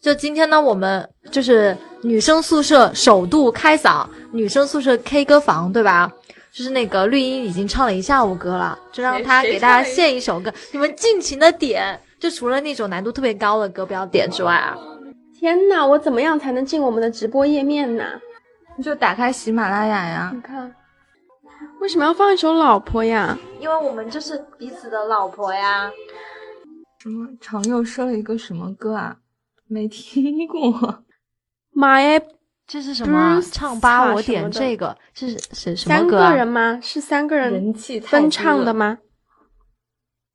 就今天呢，我们就是女生宿舍首度开嗓，女生宿舍 K 歌房，对吧？就是那个绿茵已经唱了一下午歌了，就让谁她谁给大家唱了一献一首歌，你们尽情的点，就除了那种难度特别高的歌不要点之外啊，天呐，我怎么样才能进我们的直播页面呢？你就打开喜马拉雅呀你。看，为什么要放一首《老婆》呀？啊因为我们就是彼此的老婆呀。什么常佑说了一个什么歌啊？没听过。 My 这是什么啊 Bruce 唱吧？ Scott 我点什么的这个，这是谁什三么歌、啊？个人吗？是三个人人气太分唱的低了？吗？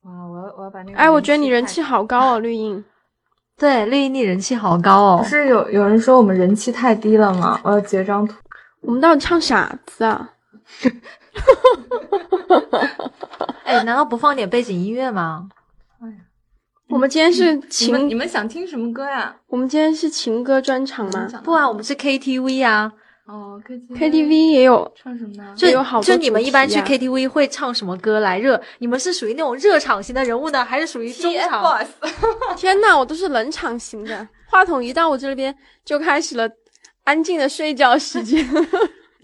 哇，我要我要把那个。哎，我觉得你人气。好高哦，绿茵。对，绿茵你人气好高哦不。是有有人说我们人气太低了吗？我要截张图。我们到底唱啥子嗯啊？哎，难道不放点背景音乐吗？我们今天是你们你情，们想听什么歌呀？我们今天是情歌专场你吗们想不啊，我们是 KTV 啊。哦，KTV ？KTV 也有，唱什么呢？ 就有好多就你们主一般题去啊 KTV 会唱什么歌来热？你们是属于那种热场型的人物呢，还是属于中场？ TFBOYS 天呐，我都是冷场型的。话筒一到我这边，就开始了安静的睡觉时 间。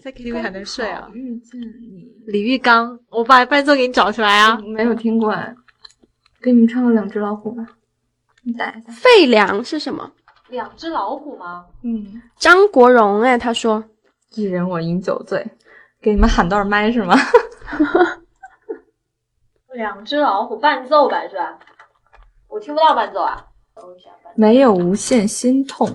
在 KTV 还能睡啊好？遇见你李玉刚，我把伴奏给你找出来啊！没有听过哎，给你们唱个《两只老虎》吧。你打一下。费良是什么？两只老虎吗？嗯，张国荣哎，他说一人我饮酒醉，给你们喊段麦是吗？两只老虎伴奏版是吧？我听不到伴奏啊。搜一下伴没有无限心痛。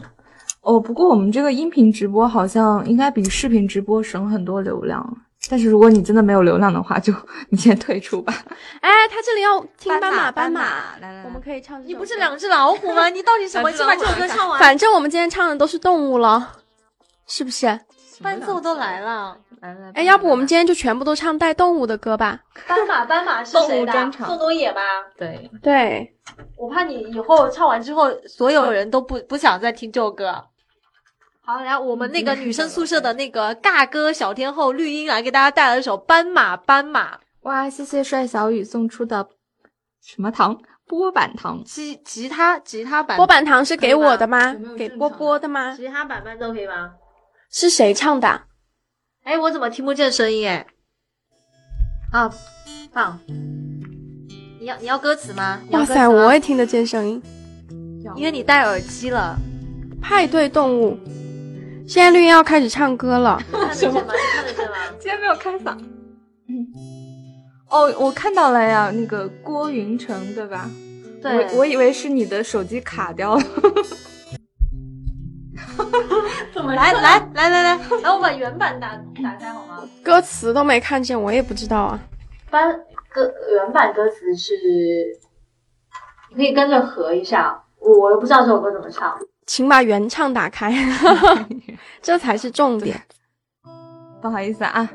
哦，不过我们这个音频直播好像应该比视频直播省很多流量，但是如果你真的没有流量的话，就你先退出吧。哎，他这里要听 斑马斑马，，来来我们可以唱这首歌。你不是两只老虎吗？你到底什么？两你只老把虎这首歌唱啊完，反正我们今天唱的都是动物了，是不是？嗯伴奏都来，了。来来，哎，要不我们今天就全部都唱带动物的歌吧？斑马，斑马是动物谁的专？场宋冬野吗？对对，我怕你以后唱完之后，所有人都不不想再听这首歌。好，来，我们那个女生宿舍的那个尬歌小天后绿茵来给大家带来一首《斑马斑马》，哇，谢谢帅小雨送出的什么糖波板糖，吉吉他吉他版波板糖是给我的吗有没有？给正波常波的吗？吉他版伴奏可以吗？是谁唱的啊？哎，我怎么听不见声音？哎，啊，棒！你要你要歌词吗？你要歌哇词塞，吗我也听得见声音。因为你戴耳机了，派对动物，现在绿茵要开始唱歌 了。 看得见吗？你看得见吗？今天没有开嗓。嗯哦，我看到了呀，那个郭云成对吧？ 对，我我以为是你的手机卡掉了。怎么来来来来 来，来我把原版打打开好吗？歌词都没看见，我也不知道啊。翻歌原版歌词是，你可以跟着和一下。我我又不知道这首歌怎么唱。请把原唱打 开，这才是重点。不好意思啊，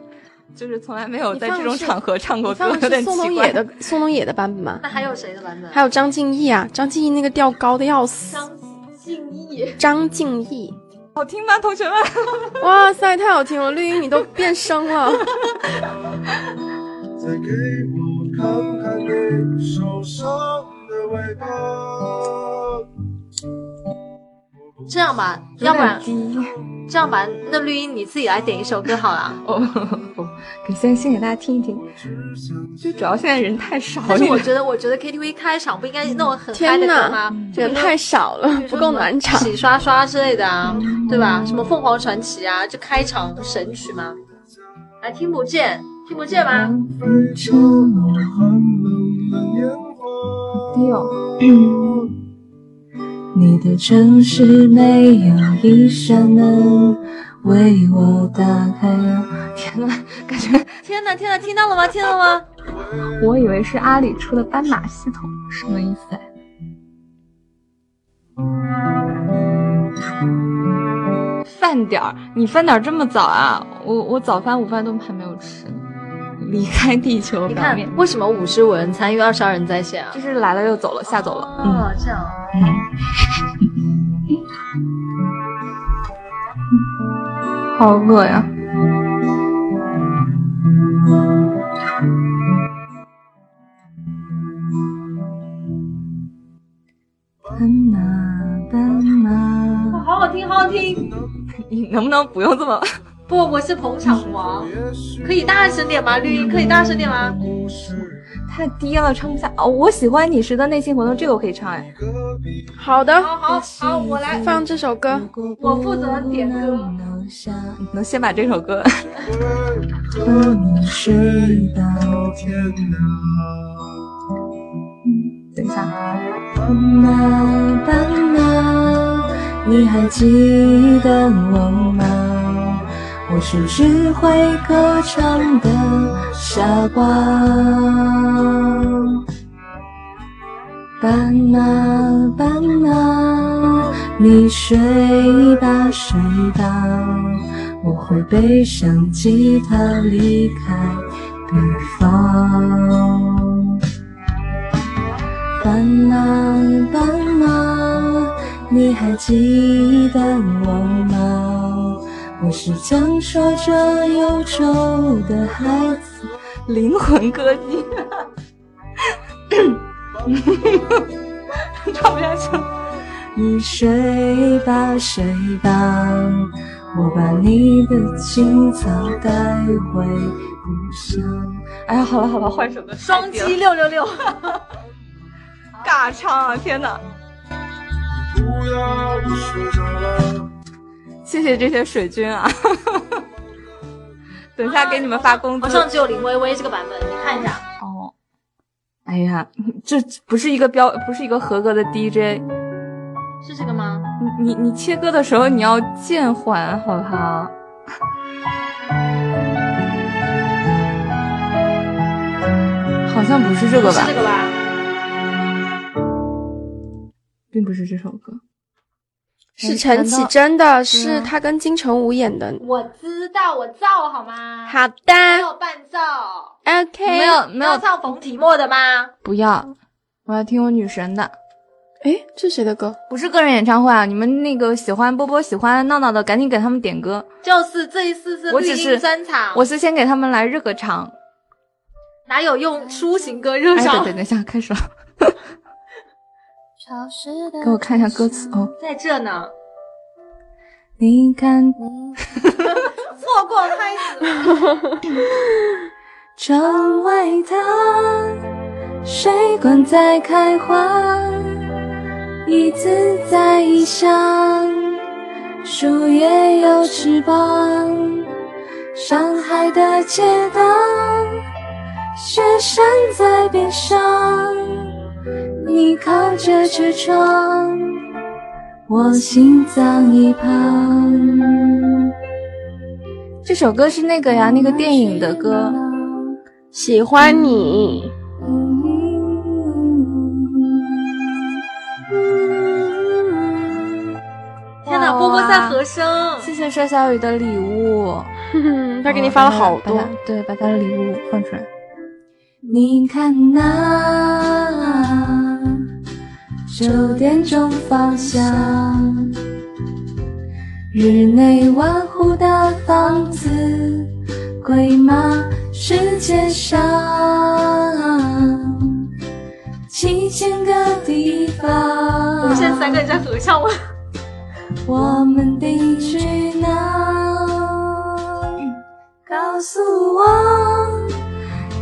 就是从来没有你在放这种的是场合唱过你歌放，有的点是宋冬奇野怪。的宋冬野的版本吗？那还有谁的版本？还有张敬义啊，张敬义那个调高的要死。张敬义。张敬义，好听吗，同学们？哇塞，太好听了！绿茵你都变声了。 再给我看看你手上的尾巴。这样吧，要不然低，这样吧，那绿茵你自己来点一首歌好了。哦不，给先先给大家听一听。就主要现在人太少但是我了，觉得，我觉得 KTV 开场不应该弄很嗨的天歌哪吗？就人太少了，嗯不够暖场。洗刷刷之类的啊，对吧？什么凤凰传奇啊，就开场神曲嘛。哎，听不见，听不见嗯吗？飞出我寒冷的年华。低哦。你的城市没有一扇门为我打开啊！天呐，感觉天哪，天哪，听到了吗？听到了吗？我以为是阿里出的斑马系统，什么意思啊？饭点儿，你饭点儿这么早啊？我我早饭午饭都还没有吃呢，离开地球你表看面，，为什么五十五人参与，二十二人在线啊就？是来了又走了，吓走了。嗯。哦，这样啊。好饿呀！斑马，斑马，哦好听，好好听。你能不能不用这么？不，我是捧场王，可以大声点吗？绿茵，可以大声点吗？ 太低了，唱不下。哦，我喜欢你时的内心活动，这个我可以唱哎。好的，好好好，我来，放这首歌。我负责点歌。你能先把这首 歌？和你睡到天哪！等一下，斑马，斑马，你还记得我吗？我是只会歌唱的傻瓜。斑马，斑马，你睡吧，睡吧，我会背上吉他离开北方。斑马，斑马，你还记得我吗？我是讲述着忧愁的孩子。灵魂歌姬。唱不下去了。你睡吧，睡吧，我把你的青草带回故乡。哎呀，好了好了，换首歌。双击六六六，尬唱啊！天哪，不要说着了，谢谢这些水军啊！ 等一下给你们发工好资像只有林薇薇这个版本，你看一下。哦。哎呀，这不是一个标，不是一个合格的 DJ。是这个吗？你你你切歌的时候你要渐缓，好不好？好像不是这个是吧这，个吧？并不是这首歌。是陈绮贞的，是她跟金城武演的。我知道，我造好吗？好的没有伴奏。 ，OK。没有没有要，唱冯提莫的吗？不要，我要听我女神的。哎，这是谁的歌？不是个人演唱会啊！你们那个喜欢波波、喜欢闹闹的，赶紧给他们点歌。就是这一次是我绿只茵是专场，我是先给他们来热个场。哪有用抒情歌热哎，场等？等等一下，开始了， 潮湿的给我看一下歌词哦。在这呢，你看错过开始了。窗外它，水管在开花，椅子在异乡，树叶有翅膀。上海的街道，学生在边上，你靠着车窗，我心脏一旁。这首歌是那个呀，那个电影的歌。喜欢你。 嗯天哪，波波在和谢声，啊谢帅小雨的礼物，哼， 他给你发了好哦把多他。对，把他的礼物放出来。你看那九点钟方向，日内瓦湖的房子贵吗？世界上七千个地我方，们现在三个人在合唱，我我们定居哪？告诉我，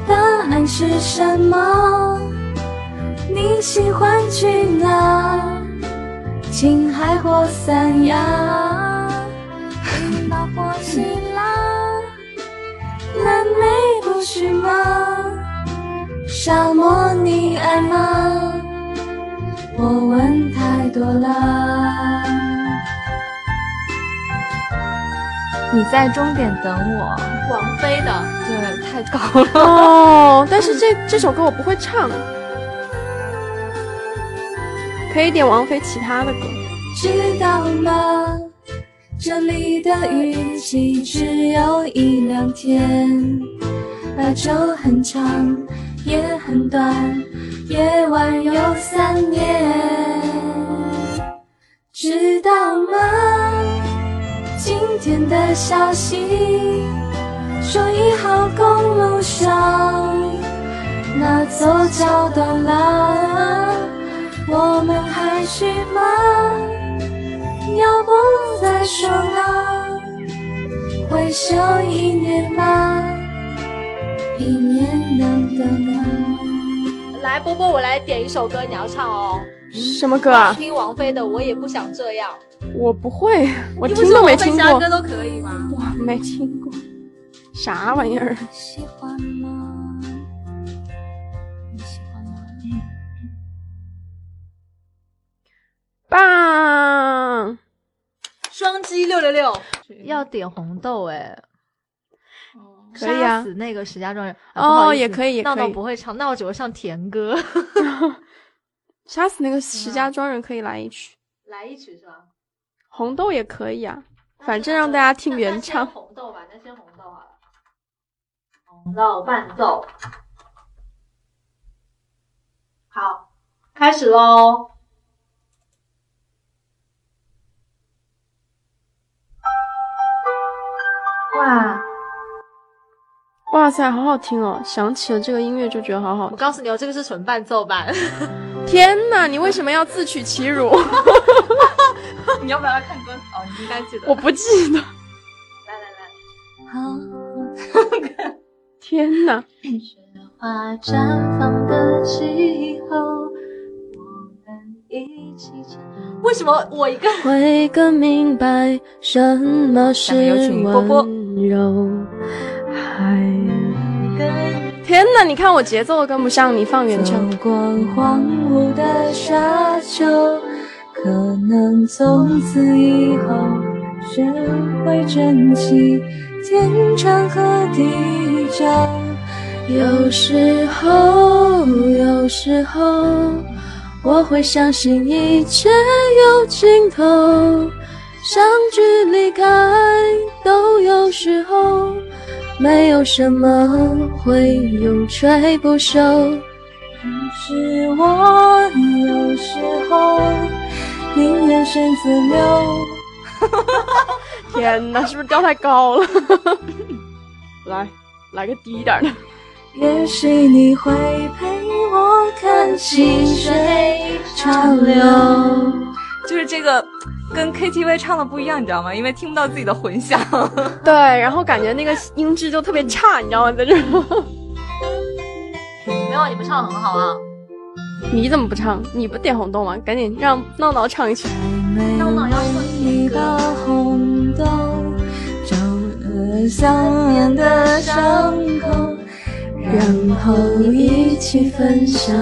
答案是什么？你喜欢去哪？青海或三亚，冰岛或希腊，南美不去吗？沙漠你爱吗？我问太多了。你在终点等我，王菲的。对，太高了。哦，但是这这首歌我不会唱，可以点王菲其他的歌。知道吗？这里的雨季只有一两天，白昼很长，也很短，夜晚有三年。知道吗？今天的消息说一号公路上那座桥倒了，我们还去吗？要不手了，回首一年啦，一年能等啊。来，波波，我来点一首歌，你要唱哦。什么歌啊？听王菲的《我也不想这样》，我不会， 我你不听是都没王菲听其他过歌，都可以吗？我没听过，啥玩意儿？喜欢吗？你喜欢吗？棒！双击六六六， 要点红豆哎。哦可以啊杀死那个石家庄人啊哦也可以也闹可闹以不会唱，闹只会唱甜歌。杀死那个石家庄人可以来一曲，来一曲是吧？红豆也可以啊，反正让大家听原那唱先红豆吧，那先红豆好了。红豆伴奏。好，开始喽。哇！哇塞，好好听哦！想起了这个音乐就觉得好好我告诉你哦，这个是纯伴奏版。听。天哪，你为什么要自取其辱？ 你要不要来看歌词？哦，你应该记得我不记得。来来来，好。天哪，花绽放的气候，我们一起唱。为什么我一个会更明白什么是咱们有请波波温柔。还天哪！你看我节奏都跟不上，你放原走唱。过荒芜的沙丘，可能从此以后学会珍惜天长和地久。有时候，有时候，我会相信一切有尽头。相聚离开都有时候，没有什么会永垂不朽。只是我有时候宁愿选择留。天哪，是不是调太高了？ 来，来个低一点的。也许你会陪我看细水长流。就是这个跟 KTV 唱的不一样，你知道吗？因为听不到自己的混响。对，然后感觉那个音质就特别差，你知道吗？在这儿，没有？你们唱的很好啊。你怎么不唱？你不点红豆吗？赶紧让闹闹唱一曲。当当要唱一把红豆，照了想念的伤口，然后一起分享，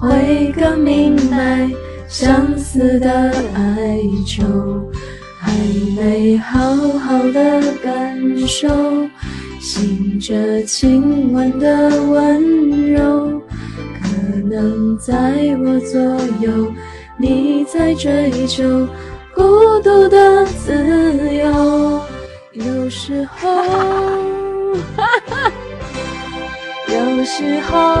会更明白相思的哀愁，还没好好的感受，醒着亲吻的温柔，可能在我左右，你在追求。孤独的自由，有时候， 有时候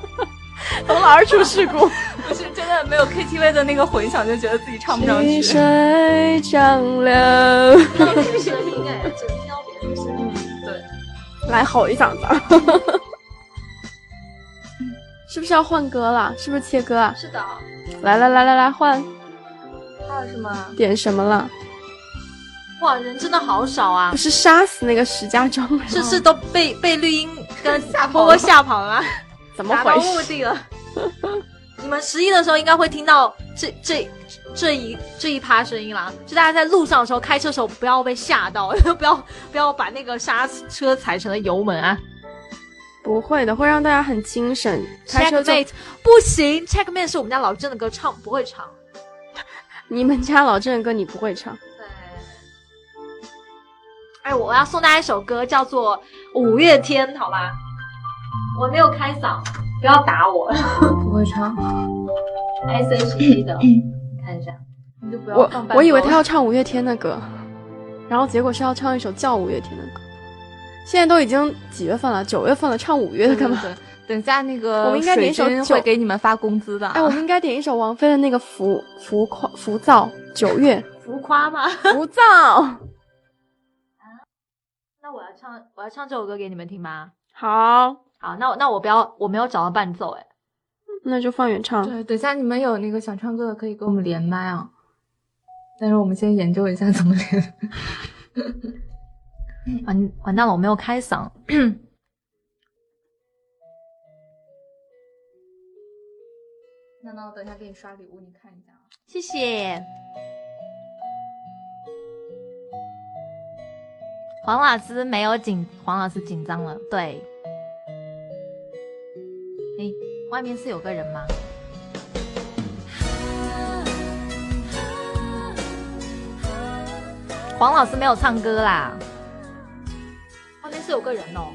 从哪儿出事故？不是真的没有 KTV 的那个混响，就觉得自己唱不上细去。水长流。这个声音哎，只听到别人的声音。嗯来吼一嗓子， 是不是要换歌了？是不是切歌啊？是的。来来来来来，换还有什么？点什么了？哇，人真的好少啊不！是杀死那个石家庄人，这次都被被绿茵跟 波波吓跑了，怎么达到回目事？的了。 你们十一的时候应该会听到这这这一这一趴声音啦，就大家在路上的时候开车的时候不要被吓到， 不要不要把那个刹车踩成了油门啊。不会的，会让大家很精神。开车就 Checkmate 不行，Checkmate 是我们家老郑的歌，唱不会唱。你们家老郑的歌你不会唱，对。哎，我要送大家一首歌，叫做《五月天》，好吗？我没有开嗓，不要打我。不会唱， S H E 的，看一下。你就不要我放。我以为他要唱五月天的歌，然后结果是要唱一首叫五月天的歌。现在都已经几月份了？九月份了，唱五月的干嘛？对？对对等下那个我们应该水联手军救会给你们发工资的啊。哎，我们应该点一首王菲的那个浮浮夸浮躁，九月浮夸吗？浮躁。 那我要唱，我要唱这首歌给你们听吗？好，好，那我那我不要，我没有找到伴奏，哎，那就放原唱。对，等下你们有那个想唱歌的可以跟我们连麦啊。但是我们先研究一下怎么连。完完啊蛋了，我没有开嗓。 那那我等一下给你刷礼物，你看一下啊。谢谢。黄老师没有紧，黄老师紧张了。对，诶，外面是有个人吗？黄老师没有唱歌啦，外面是有个人哦。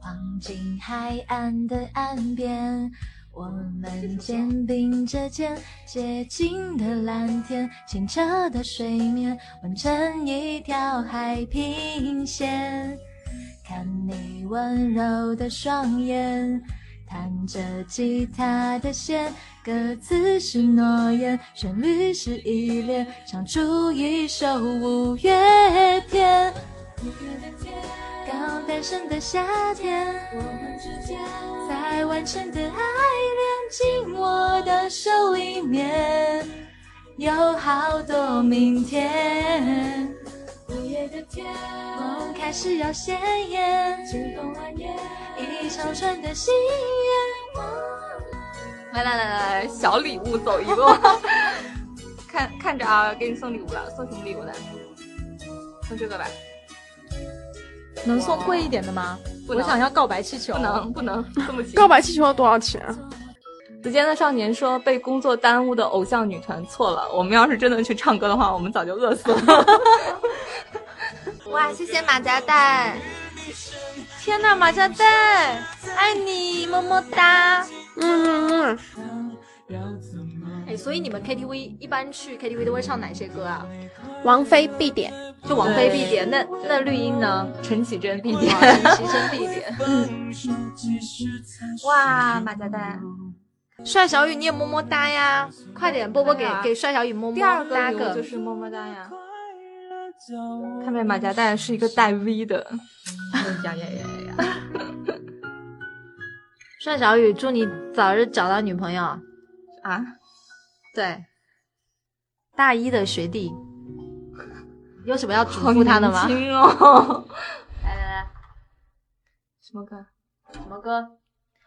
黄金海岸的岸边，我们肩并着肩，洁净的蓝天，清澈的水面，完成一条海平线。看你温柔的双眼，弹着吉他的弦，歌词是诺言，旋律是依恋，唱出一首五月天。刚诞生的夏天，我们之间才完成的爱恋，进我的手里面，有好多明天。五月的天，梦开始要鲜艳，只风蔓延，一长串的心愿。来来来来来，小礼物走 一路。看看着啊，给你送礼物了，送什么礼物呢？送这个吧。能送贵一点的吗？不我能想要告白气球。不能不能，这么轻。告白气球要多少钱啊？子间的少年说被工作耽误的偶像女团错了，我们要是真的去唱歌的话，我们早就饿死 了。哇，谢谢马甲蛋！天呐，马甲蛋，爱你，么么哒！嗯嗯哎，所以你们 KTV 一般去 KTV 都会唱哪些歌啊？嗯，王菲必点。就王菲必点，那那绿茵呢？陈绮贞必点。齐声必点。哇，马甲蛋。帅小雨，你也么么哒呀！快点，波波给哎呀给帅小雨么么第二哒个礼物个就。是么么哒呀。看见马甲蛋是一个带 V 的，嗯呀呀呀呀呀！帅小雨，祝你早日找到女朋友。 啊，对，大一的学 弟，有什么要嘱好咐他的吗？年轻哦，来来来，什么歌？什么歌？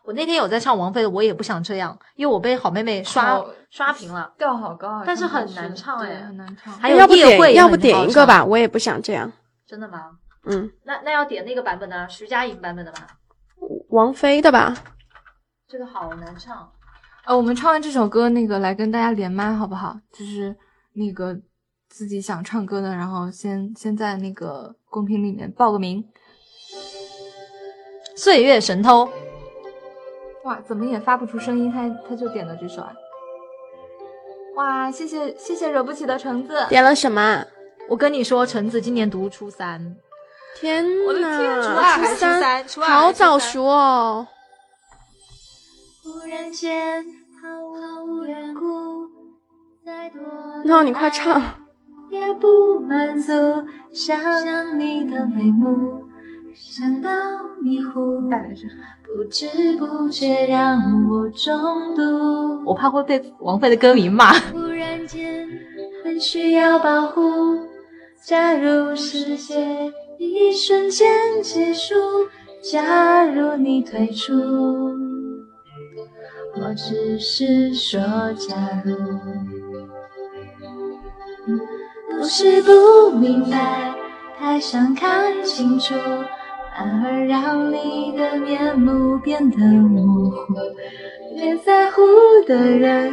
我那天有在唱王菲的，我也不想这样，因为我被好妹妹刷好刷屏了。调好高啊，但是很真的难唱对哎很难唱。还有要不叶点惠，要不点一个？吧？我也不想这样。真的吗？嗯，那那要点那个版本的，徐佳莹版本的吧？王菲的吧。这个好难唱。呃，我们唱完这首歌，那个来跟大家连麦好不好？就是那个自己想唱歌的，然后先先在那个公屏里面报个名。岁月神偷，哇，怎么也发不出声音，他他就点了这首啊！哇，谢谢谢谢惹不起的橙子，点了什么啊？我跟你说，橙子今年读初三，天呐！我的天初二初还初三，三，初二好早。熟哦。忽然间，毫无缘故，再多的那你快唱爱。也不满足，想想你的眉目，想到迷糊，不知不觉让我中毒。我怕会被王菲的歌迷骂。忽然间很需要保护，假如世界一瞬间结束，假如你退出，我只是说假如，不是不明白，太想看清楚。反而让你的面目变得模糊，越在乎的人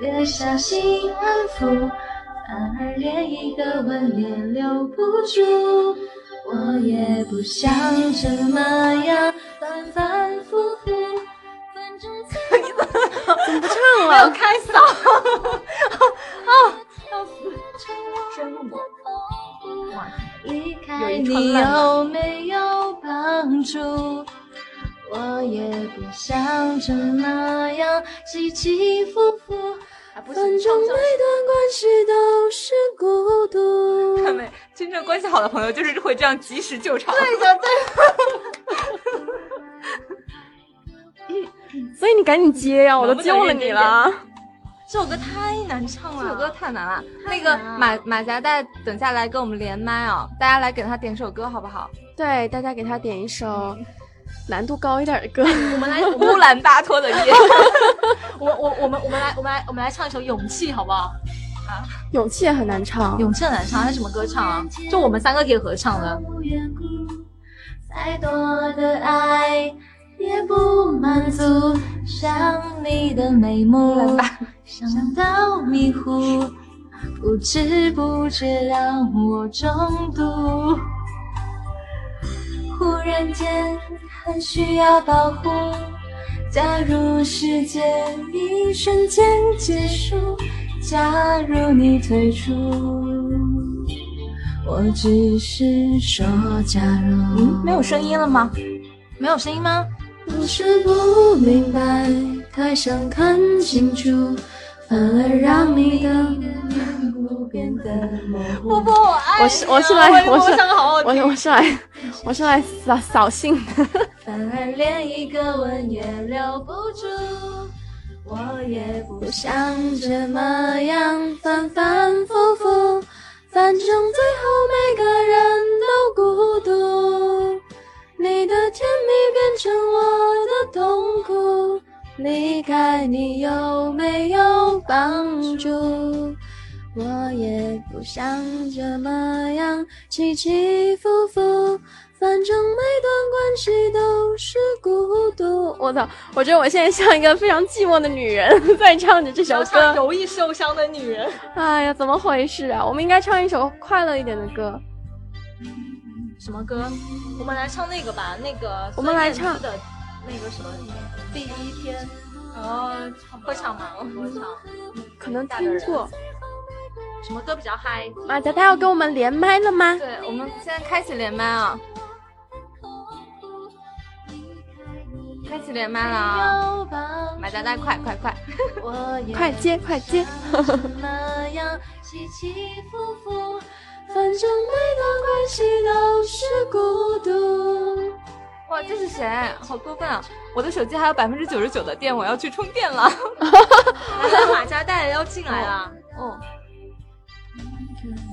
越小心安抚，反而连一个吻也留不住。我也不想这么样反反复复，反正才没有开嗓，成我的痛。哇离有开一串你烂漫有没有帮助？我也不想就那样起起伏伏，啊反正每段关系都是孤独。看没，真正关系好的朋友就是会这样及时救场。所以你赶紧接呀，我都能不能救了认真你了。这首歌太难唱了，这首歌太难了。那难个了马马甲带等下来跟我们连麦哦，大家来给他点首歌好不好？对，大家给他点一首难度高一点的歌。 我们来，我们乌兰巴托的夜，我我我们我们来我们来我们来唱一首《勇气》好不好？勇气也很难唱，勇气很难唱，它什么歌唱啊？就我们三个可以合唱的。无缘故，再多的爱也不满足，想你的眉目，想到迷糊，不知不觉让我中毒。忽然间很需要保护，假如世界一瞬间结束，假如你退出。我只是说假如，嗯，没有声音了吗？没有声音吗？不是不明白，太想看清楚，反而让你的面目变得模糊。波波，我爱你啊我是我是来波波我是唱歌好好我听。我是来我是来扫扫兴的。反而连一个吻也留不住。我也不想这么样反反复复，反正最后每个人都孤独。你的甜蜜变成我的痛苦，离开你有没有帮助？我也不想这么样起起伏伏，反正每段关系都是孤独。我操！我觉得我现在像一个非常寂寞的女人， 在唱着这只首要唱歌。容易受伤的女人。哎呀，怎么回事啊？我们应该唱一首快乐一点的歌。什么歌？我们来唱那个吧，那个我们来孙燕唱姿的那个什么第一天。哦，会唱吗？不会唱。可能听过。什么歌比较嗨？马甲，他要跟我们连麦了吗？对， 我们现在开启连麦啊，开启连麦了啊！马甲带，快快快！快接，快接！怎么样起起伏伏，反正每段关系都是孤独。哇，这是谁？好过分啊！我的手机还有百分之九十九的电，我要去充电了。来 马甲带要进来啊了。哦，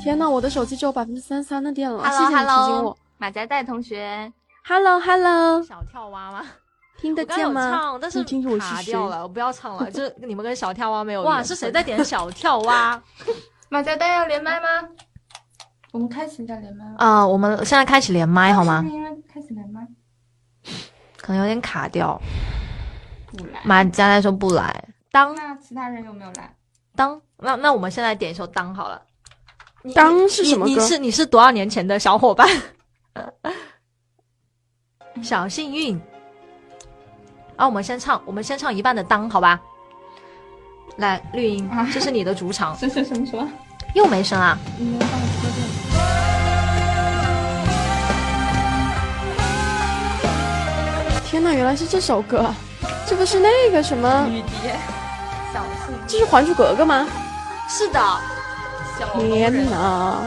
天呐，我的手机只有百分之三三的电了，谢 Hello 谢你提醒 Hello，我。马甲带同学， Hello Hello，小跳蛙吗？听得我刚见有吗？唱，但是你听出我卡是谁掉？了，我不要唱 了。这你们跟小跳蛙没有哇哇？是是谁谁在点小跳 蛙？马甲带要连麦吗？我们开启一下连麦吧。啊，我们现在开始连麦好吗？因为开启连麦。可能有点卡掉。不来。马佳来说不来，当那其他人有没有来？当，那那我们现在点一首当好了。你当是什么你你歌？是你是多少年前的小伙伴？ 小幸运。啊，我们先唱，我们先唱一半的当，好吧？来，绿茵，这啊 是你的主场，这是什么什么？又没声啊？你们放歌的。天呐，原来是这首歌，啊这不是那个什么？雨蝶，小幸这是《还珠格格》吗？是的，小天呐，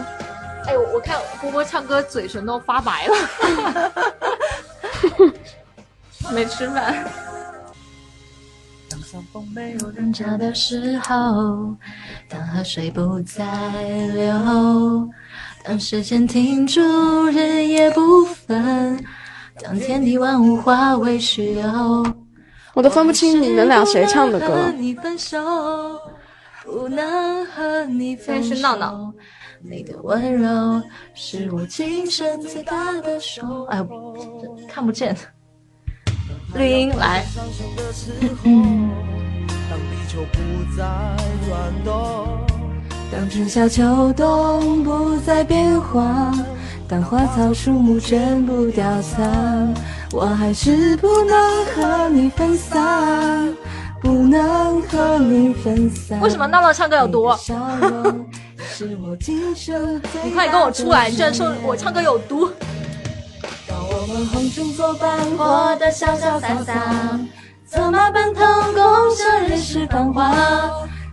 哎，我我看波波唱歌嘴唇都发白了。没吃饭。当相逢没有人找的时候，当河水不再流，当时间停住，日夜不分，当天地万物化为虚有。我都分不清你们俩谁唱的不能歌和。你分手，不能和你分手。现在是闹闹你的温柔是我今生最大的手。哎呦，这看不见。绿茵来，伤心的时候，当地球不再转动，当春夏秋冬不再变化，当花草树木全部凋残，我还是不能和你分散，不能和你分散。为什么闹闹唱歌有你的毒？笑容是我今生最你快跟我出来！你这样说我唱歌有毒。让我们红尘作伴，活得潇潇洒洒，策马奔腾，共享人世繁华。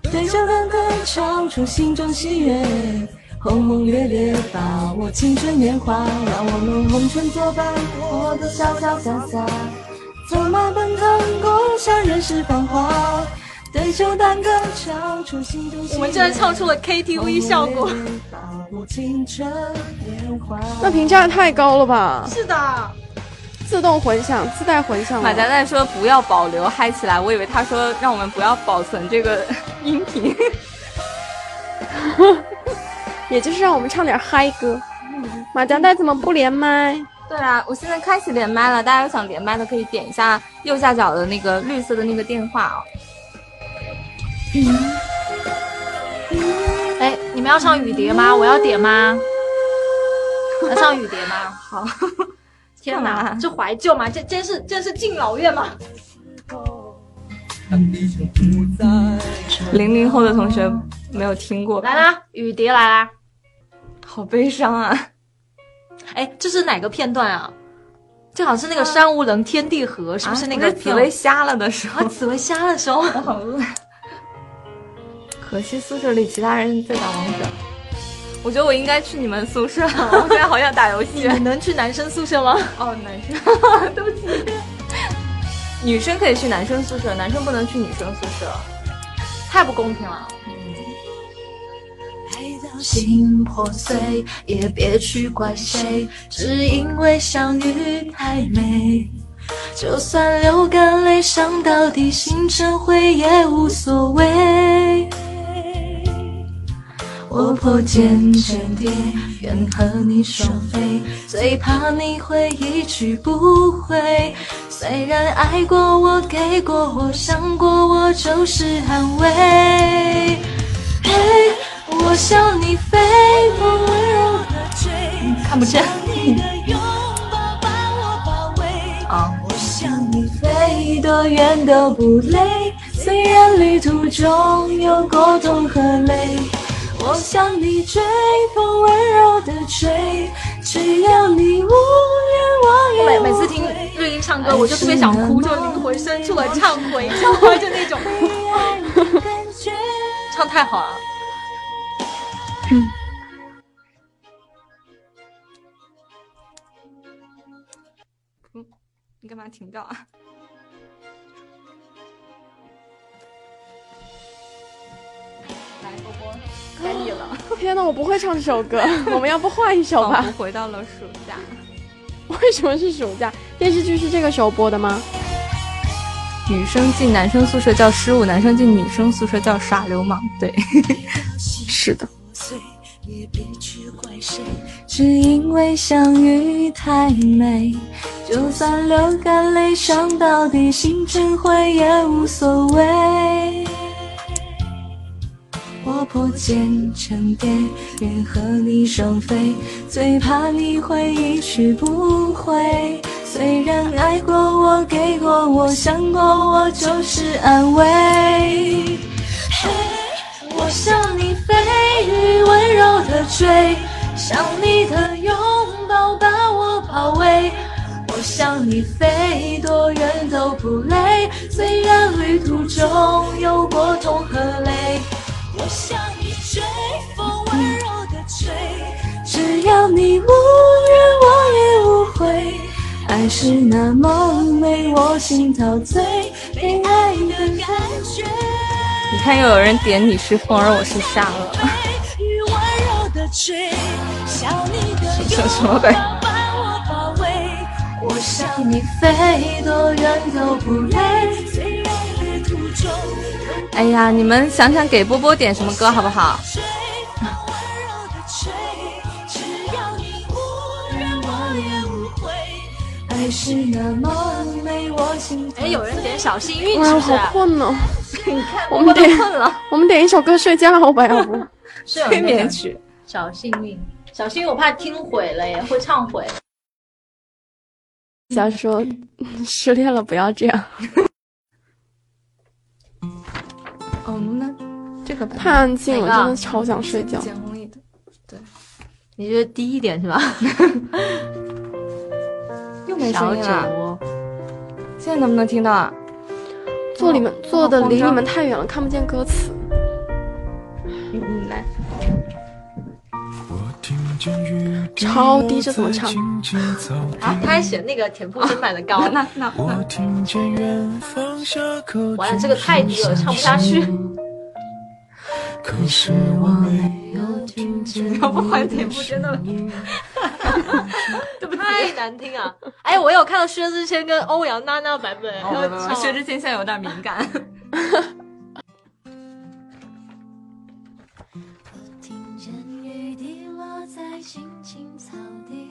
对酒当歌，唱出心中喜悦，轰轰烈烈，把握青春年华。让我们红尘作伴，活得潇潇洒洒，策马奔腾，共享人世繁华。对酒当歌，唱出心中喜悦。我们居然唱出了 KTV 效哦果。轰轰烈烈把握青春年华。那评价太高了吧？是的，自动混响、自带混响了。马丹丹说不要保留，嗨起来！我以为他说让我们不要保存这个音频。也就是让我们唱点嗨歌。马丹丹怎么不连麦？对啊，我现在开启连麦了，大家有想连麦的可以点一下右下角的那个绿色的那个电话哦。哎，你们要唱雨蝶吗？我要点吗？要唱雨蝶吗？好，天哪，这怀旧吗？这真是真是敬老院吗？当地球不再转零零后的同学没有听过，来啦，雨蝶来啦！好悲伤啊！哎，这是哪个片段啊？这好像是那个山无棱天地合，是不是那啊个不紫片？薇瞎了的时候啊，，紫薇瞎的时候，好饿。 可惜宿舍里其他人在打王者， 我觉得我应该去你们宿 舍，我现在好想打游戏你。能去男生宿舍吗？哦，男生， 对不起。 女生可以去男生宿舍，男生不能去女生宿舍。太不公平了。爱到心破碎，也别去怪谁，只因为相遇太美。就算流干泪，伤到底，心成灰也无所谓。我破茧成蝶，愿和你双飞，最怕你会一去不回。虽然爱过我，给过我，伤过我，就是安慰。嘿，我向你飞，不温柔的追，看不见。你的拥抱把我包围，啊我向你飞，多远都不累，虽然旅途中有过痛和泪。我向你追，风温柔的吹，只要你无怨我每也无悔。每次听 瑞英唱歌，我就特别想 哭，就灵魂深处的忏悔，你知道吗？就那种，被爱的感觉。唱太好了。嗯你干嘛停掉啊？天呐，我不会唱这首歌，我们要不换一首仿吧佛？回到了暑假。为什么是暑假？电视剧是这个时候播的吗？女生进男生宿舍叫失误，男生进女生宿舍叫耍流氓。对，是的。也别去怪谁，只因为相遇太美。就算流干泪，伤到底，心成灰也无所谓。我破茧成蝶，愿和你双飞，最怕你会一去不回。虽然爱过我，给过我，想过我，就是安慰。嘿，我向你飞，温柔的追，想你的拥抱把我包围。我向你飞，多远都不累，虽然旅途中有过痛和泪。我向你追，风温柔的吹，只要你无怨我也无悔。爱是那么美，我心陶醉，被爱的感觉。你看又有人点你是风儿，我是沙了。与温柔的吹，像你的这什么鬼拥抱把我包围。我向你飞，多远都不累，虽然旅途中有哎呀，你们想想给波波点什么歌好不好？追，风温柔的吹，只要你无怨我也无悔。爱是那么美，我心哎，有人点小幸运哎是呀，我不是？啊好啊困哦。我们点我们点一首歌睡觉吧， 要不？是有催人点眠曲。小幸运，小幸运，我怕听毁了耶， 会唱毁。想说 失恋了不要这样，哦，我们呢？这个吧。太安静了，哪个真的超想睡觉。简弘也你这低一点是吧？又没小声音酒了，窝，现在能不能听到啊？坐你们坐的离你们太远了，看不见歌词。嗯嗯，来，超低这怎么唱？啊，他还选那个田馥甄版的 高，那那我听见远方下课完了这个太低了，唱不下去。可是我没 要不换田馥甄的吧， 对不对？太难听啊！哎，我有看到薛之谦跟欧阳娜娜版本，哦然 后唱薛之谦现在有点敏感。听见雨滴落在青青草地，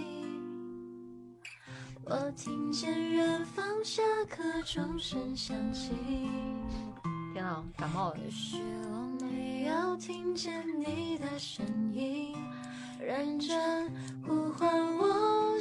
我听见远方下课钟声响起，天啊，感冒了也。许我没有听见你的声音，认真呼唤我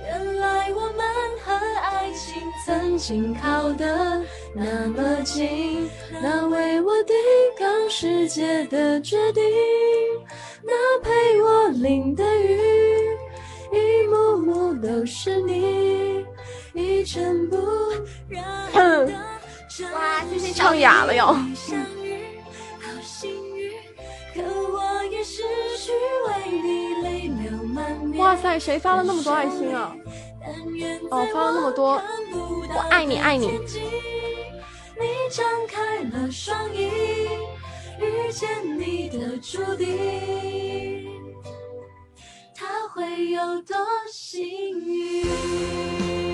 原来我们和爱情曾经靠得那么近。那为我抵抗世界的决定，那陪我淋的雨，一幕幕都是你，一尘不染的哇这是唱哑了哟。相遇，好幸运，可我也失去为你泪流满面。哇塞，谁发了那么多爱心啊？但愿在哦发了那么多看不到我爱你爱你的天际你张开了双翼，遇见你的注定，他会有多幸运？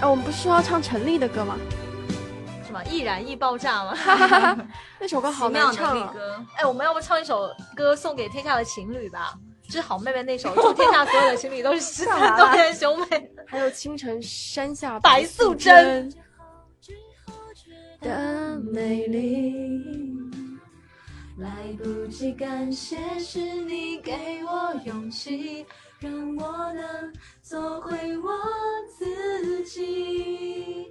哎，我们不是说要唱陈粒的歌吗？什么易燃易爆炸吗？ 那首歌好难唱啊！歌，哎，我们要不唱一首歌送给天下的情侣吧？就是好妹妹那首，祝天下所有的情侣都是十三周年兄妹。还有清晨山下 白素素贞，的美丽，来不及感谢，是你给我勇气，让我能做回我自己。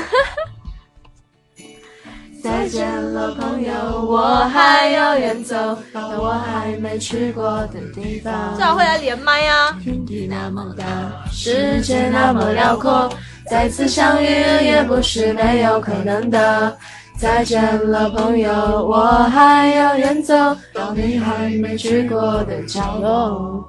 再见了，朋友，我还要远走到我还没去过的地方兔。小慧来连麦啊呀，天地那么大，世界那么辽阔，再次相遇也不是没有可能的。再见了，朋友，我还要远走到你还没去过的角落。